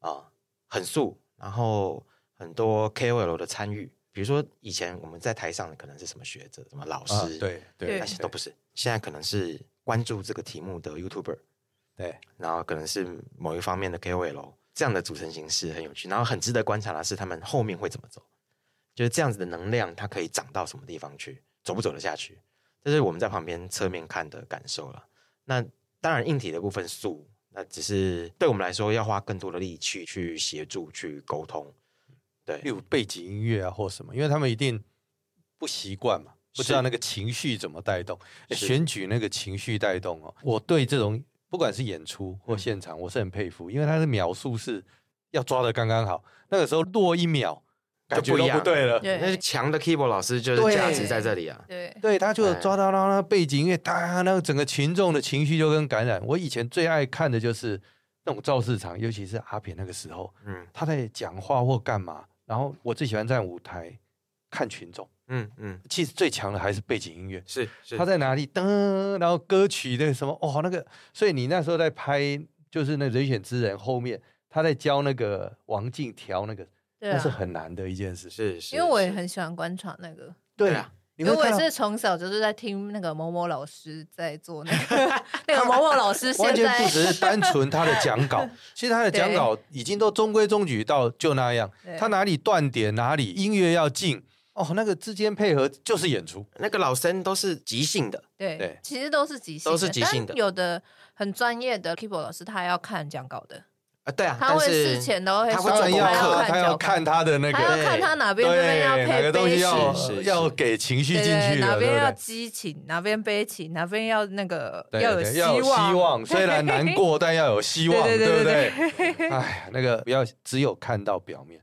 S3: 啊。很素，然后很多 KOL 的参与。比如说以前我们在台上的可能是什么学者、什么老师，
S4: 啊，对
S2: 对
S3: 那
S4: 对
S3: 些都不是。现在可能是关注这个题目的 YouTuber，
S4: 对，
S3: 然后可能是某一方面的 KOL，这样的组成形式很有趣。然后很值得观察的是，他们后面会怎么走，就是这样子的能量，它可以长到什么地方去，走不走得下去，这是我们在旁边侧面看的感受了。那当然，硬体的部分素，那只是对我们来说要花更多的力气去协助、去沟通。对，
S4: 例如背景音乐啊或什么，因为他们一定不习惯嘛，不知道
S3: 是
S4: 那个情绪怎么带动、诶
S3: 是
S4: 选举那个情绪带动哦。我对这种不管是演出或现场，我是很佩服，因为他的秒数是要抓的刚刚好，那个时候落一秒，感觉
S3: 就不
S4: 都
S3: 一样
S4: 不对了。
S2: 对
S3: 那强的 keyboard 老师就是
S4: 对
S3: 价值在这里啊。
S2: 对，
S4: 对，他就抓到了那背景音乐，他那个整个群众的情绪就跟感染。我以前最爱看的就是那种造市场，尤其是阿扁那个时候，
S3: 嗯
S4: 他在讲话或干嘛。然后我最喜欢站舞台看群众，
S3: 嗯嗯，
S4: 其实最强的还是背景音乐，
S3: 是是，
S4: 他在哪里噔，然后歌曲那个什么哦，那个，所以你那时候在拍就是那人选之人后面，他在教那个王静调那个，
S2: 对
S4: 那是
S2: 啊，
S4: 很难的一件事。
S3: 是是，
S2: 因为我也
S3: 是
S2: 很喜欢观察那个，
S3: 对啊，
S4: 你
S2: 因为我
S4: 会看
S2: 也
S4: 到
S2: 是从小就是在听那个某某老师在做那 个那个某某老师现
S4: 完全
S2: 在
S4: 不只是单纯他的讲 稿，其实他的讲稿已经都中规中矩到就那样
S2: 对，
S4: 他哪里断点，哪里音乐要进，哦，那个之间配合就是演出。
S3: 那个老生都是即兴的，
S2: 对
S4: 对，
S2: 其实都是即兴的，
S3: 都是即兴的
S2: 但有的很专业的 keyboard 老师，他还要看讲稿的，
S3: 啊，对啊，
S2: 他会
S3: 但是
S2: 事前都会
S3: 他
S2: 说
S3: 会
S4: 当
S3: 做功
S4: 然要
S3: 课
S4: 课，
S2: 看
S4: 他
S2: 脚
S4: 要
S2: 本
S4: 看他的那
S2: 他要
S4: 个，
S2: 看他哪边这边要
S4: 对，哪
S2: 配
S4: 个东西
S2: 悲
S4: 要
S2: 情，
S3: 是是
S4: 要给情绪
S2: 对
S4: 进去
S2: 对，
S4: 了，
S2: 哪
S4: 对
S2: 边要
S4: 不
S2: 激情，哪边悲情，哪边要那个
S4: 对？
S2: 要有
S4: 对
S2: 希
S4: 要有希望，
S2: 望，
S4: 虽然难过，但要有希望，
S2: 对对
S4: 对不
S2: 对
S4: 对？哎，那个不要只有看到表面，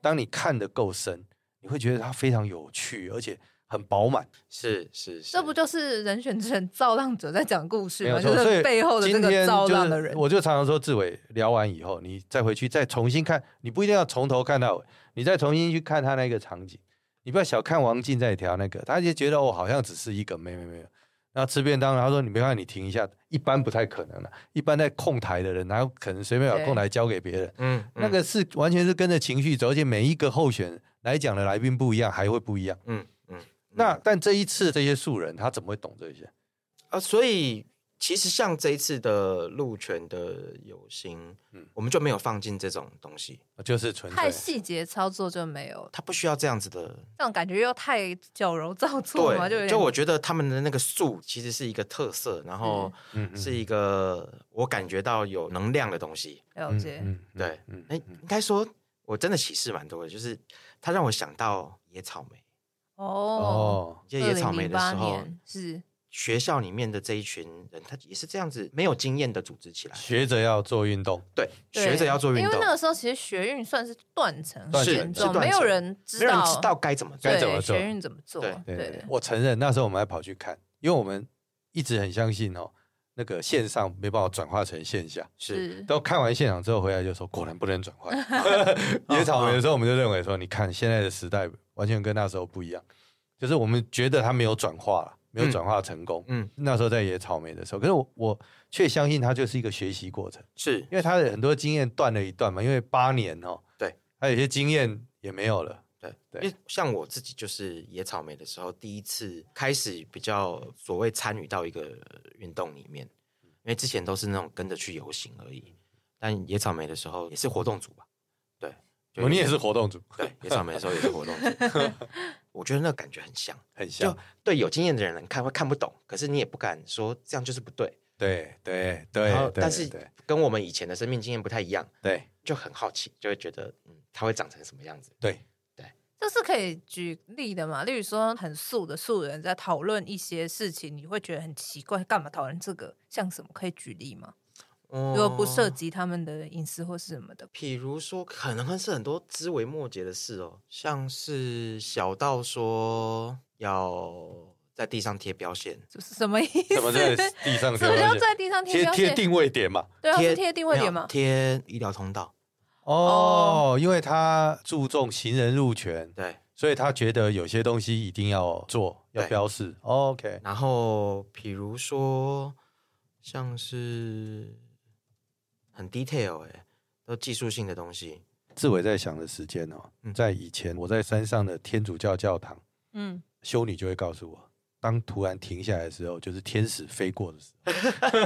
S4: 当你看得够深，你会觉得它非常有趣，而且很饱满。
S3: 是是 是，
S2: 这不就是人选之人造浪者在讲故事
S4: 没
S2: 吗？
S4: 有
S2: 就
S4: 错，所
S2: 是
S4: 以
S2: 背后的这
S4: 今天
S2: 个造
S4: 就
S2: 浪的
S4: 是
S2: 人，
S4: 我就常常说，志伟聊完以后，你再回去再重新看，你不一定要从头看到尾，你再重新去看他那个场景，你不要小看王静在调那个，他就觉得我哦好像只是一个没没没有。然后吃便当，然后说你没看，你停一下，一般不太可能的，一般在控台的人，哪有可能随便把
S2: 对
S4: 控台交给别人？
S3: 嗯
S4: 那个是完全是跟着情绪走，而且每一个候选来讲的来宾不一样，还会不一样。
S3: 嗯嗯，嗯
S4: 那但这一次这些素人他怎么会懂这些？
S3: 啊，所以其实像这一次的鹿泉的游行，
S4: 嗯
S3: 我们就没有放进这种东西，
S4: 就是纯
S2: 太
S4: 粹
S2: 细节操作就没有，
S3: 它不需要这样子的。
S2: 这种感觉又太矫揉造作嘛，就有
S3: 对，
S2: 点
S3: 就我觉得他们的那个素其实是一个特色，然后
S4: 嗯嗯嗯
S3: 是一个我感觉到有能量的东西。
S2: 了解，
S4: 嗯，嗯
S3: 对，
S4: 嗯
S3: 哎，应该说我真的启示蛮多的，就是它让我想到野草莓。
S2: 哦。
S4: 哦，
S3: 就野草莓的时
S2: 2008
S3: 候，
S2: 年是
S3: 学校里面的这一群人，他也是这样子没有经验的组织起来，
S4: 学着要做运动，
S3: 对，
S2: 对
S3: 学着要做运
S2: 因为
S3: 动，
S2: 那个时候其实学运算是断层很
S4: 断层
S2: 严
S4: 是
S2: 重，
S3: 断
S2: 没有
S3: 层
S2: 人知
S3: 没有人知道该怎么做
S4: 该怎么做
S2: 学运怎么做？
S3: 对
S4: 对对
S2: 对，
S4: 我承认那时候我们还跑去看，因为我们一直很相信哦，那个线上没办法转化成线下。
S3: 是
S4: 都看完现场之后回来就说，果然不能转 换。野草莓的时候，我们就认为说，你看现在的时代完全跟那时候不一样，就是我们觉得它没有转化了，没有转化成功。
S3: 嗯嗯
S4: 那时候在野草莓的时候，可是我我却相信它就是一个学习过程。
S3: 是
S4: 因为他的很多经验断了一段嘛，因为八年哦，
S3: 对，
S4: 他有些经验也没有了，
S3: 对，
S4: 对
S3: 因为像我自己就是野草莓的时候，第一次开始比较所谓参与到一个运动里面，因为之前都是那种跟着去游行而已。但野草莓的时候也是活动组吧？对，就
S4: 哦你也是活动组，
S3: 对野草莓的时候也是活动组。我觉得那个感觉很像，
S4: 很
S3: 就
S4: 像，
S3: 对有经验的人看会看不懂，可是你也不敢说这样就是不对。
S4: 对对对
S3: 然后，
S4: 对
S3: 但是
S4: 对
S3: 跟我们以前的生命经验不太一样，
S4: 对
S3: 就很好奇，就会觉得嗯，它会长成什么样子？
S4: 对，
S2: 这是可以举例的嘛？例如说，很素的素人在讨论一些事情，你会觉得很奇怪，干嘛讨论这个？像什么可以举例吗？
S3: 如
S2: 如果不
S3: 哦
S2: 涉及他们的隐私或是什么的，
S3: 譬如说，可能是很多枝微末节的事哦，像是小到说要在地上贴标线，
S2: 就是什么意思？
S4: 怎么在地上
S2: 什
S4: 贴
S2: 么
S4: 标
S2: 叫
S4: 签？
S2: 在地上贴
S4: 贴
S2: 标
S4: 贴
S2: 签？
S4: 定位点嘛？
S2: 对啊，是贴定位
S3: 没有
S2: 点吗？
S3: 贴医疗通道，
S4: 哦，因为他注重行人入权，
S3: 对。
S4: 所以他觉得有些东西一定要做，要
S3: 对哦
S4: 标示。OK，
S3: 然后譬如说，像是很 detail 哎、都技术性的东西，
S4: 志伟在想的时间哦，
S3: 嗯
S4: 在以前我在山上的天主教教堂，
S2: 嗯，
S4: 修女就会告诉我，当突然停下来的时候，就是天使飞过的时候。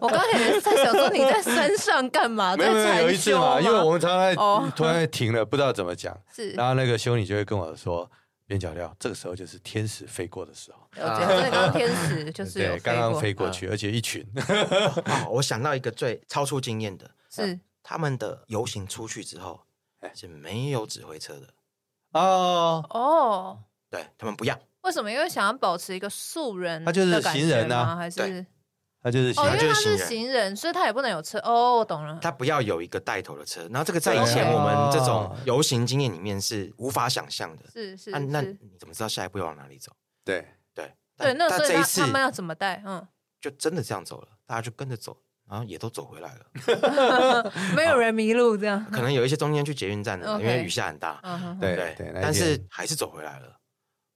S2: 我刚才也是在想说你在山上干嘛？
S4: 没有没
S2: 哦在
S4: 有有一
S2: 禅
S4: 次
S2: 修
S4: 嘛，
S2: 吗？
S4: 因为我们啊常常在
S2: 哦
S4: 突然停了，不知道怎么讲，
S2: 是
S4: 然后那个修女就会跟我说。边角料，这个时候就是天使飞过的时候，
S2: 我觉得刚刚天使就是有
S4: 对，刚刚
S2: 过嗯
S4: 飞过去，而且一群，
S3: 哦，我想到一个最超出经验的，
S2: 是
S3: 他们的游行出去之后是没有指挥车的，
S4: 哦，
S2: 哦。
S3: 对他们不要，
S2: 为什么？因为想要保持一个素人，
S4: 他就是行人啊
S2: 还是
S3: 对
S4: 那就是
S2: 哦，因
S3: 他
S2: 为
S3: 就
S2: 他
S3: 是行
S2: 是
S3: 人
S2: 行人，所以他也不能有车。哦，我懂了。
S3: 他不要有一个带头的车。然后这个在以
S2: 对
S3: 前我们这种
S4: 哦
S3: 游行经验里面是无法想象的。
S2: 是是
S4: 啊
S3: 那那
S2: 是，
S3: 你怎么知道下一步要往哪里走？
S4: 对，
S3: 对
S2: 对，
S3: 但
S2: 那
S3: 但
S2: 所以
S3: 这一
S2: 他
S3: 次
S2: 他们要怎么带？ 嗯，
S3: 就真的这样走了，大家就跟着走，然后也都走回来了。
S2: 没有人迷路这样。
S3: 可能有一些中间去捷运站的，
S2: OK
S3: 因为雨下很大，
S2: 嗯哼哼
S4: 对
S3: 对
S4: 对那一
S3: 但是
S4: 天
S3: 还是走回来了。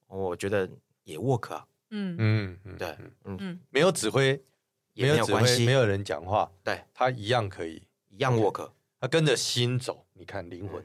S3: 我觉得也 work 啊，
S2: 嗯
S4: 嗯嗯，
S3: 对，嗯，
S2: 嗯，
S4: 没有指挥，
S3: 也
S4: 没
S3: 没
S4: 有
S3: 有
S4: 指
S3: 关
S4: 挥，
S3: 系
S4: 没有人讲话，
S3: 对，
S4: 他一样可以，
S3: 一
S2: 嗯
S3: 样 work。
S4: 他跟着心走，你看灵魂，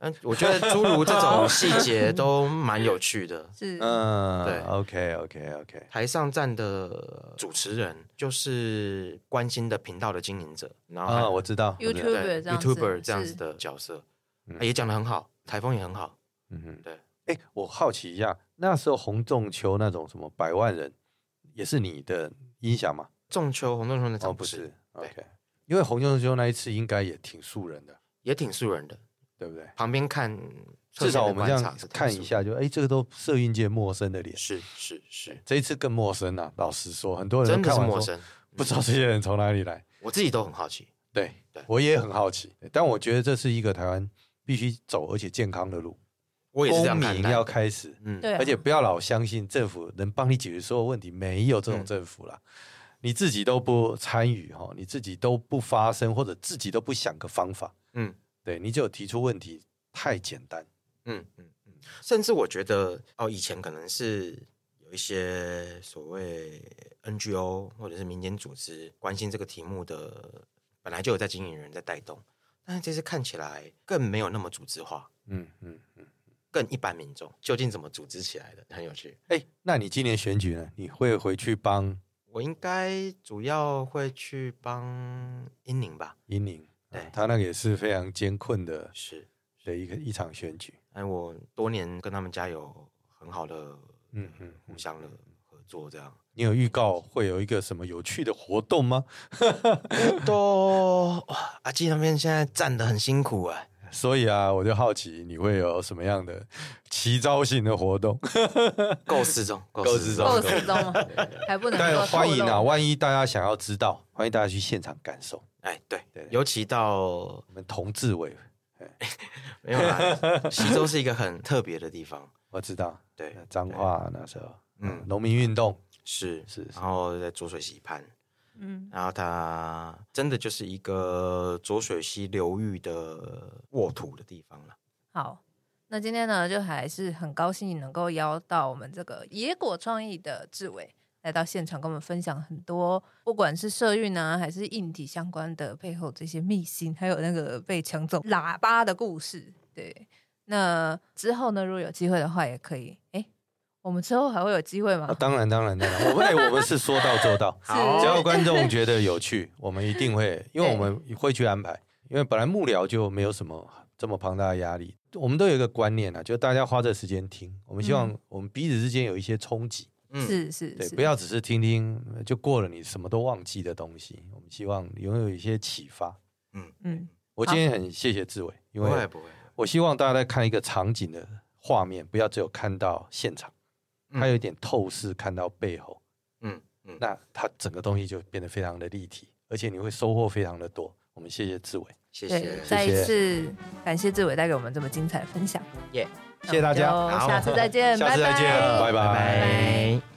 S3: 嗯，我觉得诸如 这种细节都蛮有趣的。
S2: 是
S4: 嗯，
S3: 对
S4: ，OK OK OK，
S3: 台上站的主持人就是关心的频道的经营者，然后还
S4: 啊，我知道，我知道
S2: YouTube YouTuber
S3: 对
S2: 这样子
S3: YouTuber 这样
S2: 是
S3: 子的角色，
S4: 嗯
S3: 啊也讲的很好，台风也很好。
S4: 嗯哼，
S3: 对。
S4: 哎，我好奇一下，那时候洪仲秋那种什么百万人，也是你的音响吗？
S3: 仲秋、洪仲秋那
S4: 哦，
S3: 场
S4: 不是
S3: 对
S4: ，OK，因为洪仲秋那一次应该也挺素人的，
S3: 也挺素人的，
S4: 对不对？
S3: 旁边看，侧
S4: 至
S3: 面
S4: 少
S3: 的
S4: 我们这
S3: 观
S4: 样
S3: 察是挺
S4: 看
S3: 素
S4: 一下，就哎，这个都社运界陌生的脸
S3: 人，，是是是，
S4: 这一次更陌生啊。老实说，很多人
S3: 真的
S4: 看
S3: 是
S4: 完
S3: 陌
S4: 说
S3: 生，嗯
S4: 不知道这些人从哪里来。
S3: 我自己都很好奇。
S4: 对，
S3: 对
S4: 我也很好奇，但我觉得这是一个台湾必须走而且健康的路，
S3: 我也是这
S4: 公
S3: 样看
S4: 民
S3: 待的。
S4: 要开始，
S3: 嗯，
S2: 对啊，
S4: 而且不要老相信政府能帮你解决所有问题，没有这种
S3: 嗯
S4: 政府啦。你自己都不参与哈，你自己都不发声，或者自己都不想个方法，
S3: 嗯
S4: 对你只有提出问题太简单，
S3: 嗯嗯嗯，甚至我觉得哦，以前可能是有一些所谓 NGO 或者是民间组织关心这个题目的，本来就有在经营人在带动，但是这次看起来更没有那么组织化，
S4: 嗯嗯。
S3: 更一般民众究竟怎么组织起来的，很有趣。
S4: 哎、那你今年选举呢？你会回去帮
S3: 我应该主要会去帮英宁吧，
S4: 英宁？
S3: 对
S4: 啊他那个也是非常艰困的
S3: 是，
S4: 的一个一场选举。
S3: 哎，我多年跟他们家有很好的，
S4: 嗯
S3: 嗯
S4: 嗯
S3: 嗯，互相的合作这样。
S4: 你有预告会有一个什么有趣的活动吗？
S3: 都哇，阿基那边现在站的很辛苦哎、
S4: 所以啊，我就好奇你会有什么样的奇招型的活动？
S3: 构思中，构
S4: 构思中
S2: 够始终嘛，还不能够
S4: 但欢迎啊，
S2: 透露
S4: 万一大家想要知道，欢迎大家去现场感受。
S3: 哎，对
S4: 对，
S3: 尤其到
S4: 我们童志伟，
S3: 没有啦，西周是一个很特别的地方，
S4: 我知道，
S3: 对，
S4: 脏话那时候，嗯
S3: 嗯，
S4: 农民运动，
S3: 是
S4: 是是
S3: 然后在浊水溪畔，
S2: 嗯，
S3: 然后它真的就是一个浊水溪流域的沃土的地方了。
S2: 好。那今天呢，就还是很高兴能够邀到我们这个野果创意的志伟来到现场，跟我们分享很多，不管是社运啊，还是硬体相关的背后这些秘辛，还有那个被抢走喇叭的故事。对，那之后呢，如果有机会的话，也可以。哎，我们之后还会有机会吗
S4: 啊？当然当然当然，我们哎，我们是说到做 到。
S2: 好
S4: 只要观众觉得有趣，我们一定会，因为
S2: 对
S4: 我们会去安排。因为本来幕僚就没有什么这么庞大的压力，我们都有一个观念啊，就是大家花这时间听，我们希望我们彼此之间有一些冲击。
S3: 嗯，
S2: 是嗯是
S4: 对，
S2: 是，
S4: 不要只是听听呃就过了，你什么都忘记的东西。我们希望拥有一些启发。
S2: 嗯，
S4: 我今天很谢谢志伟，因
S3: 不会
S4: 为
S3: 不会，
S4: 我希望大家在看一个场景的画面，不要只有看到现场，
S3: 嗯
S4: 它有一点透视看到背后，
S3: 嗯嗯，
S4: 那它整个东西就变得非常的立体，而且你会收获非常的多。我们谢谢志伟，
S3: 谢
S2: 对
S3: 谢，，
S2: 再一
S4: 谢谢
S2: 次感谢志伟带给我们这么精彩的分享，
S3: 耶
S2: 那
S4: 谢谢大家
S2: 我们就
S3: 好
S2: 下次再见，
S4: 下次再见，
S2: 拜
S4: 拜拜
S3: 拜。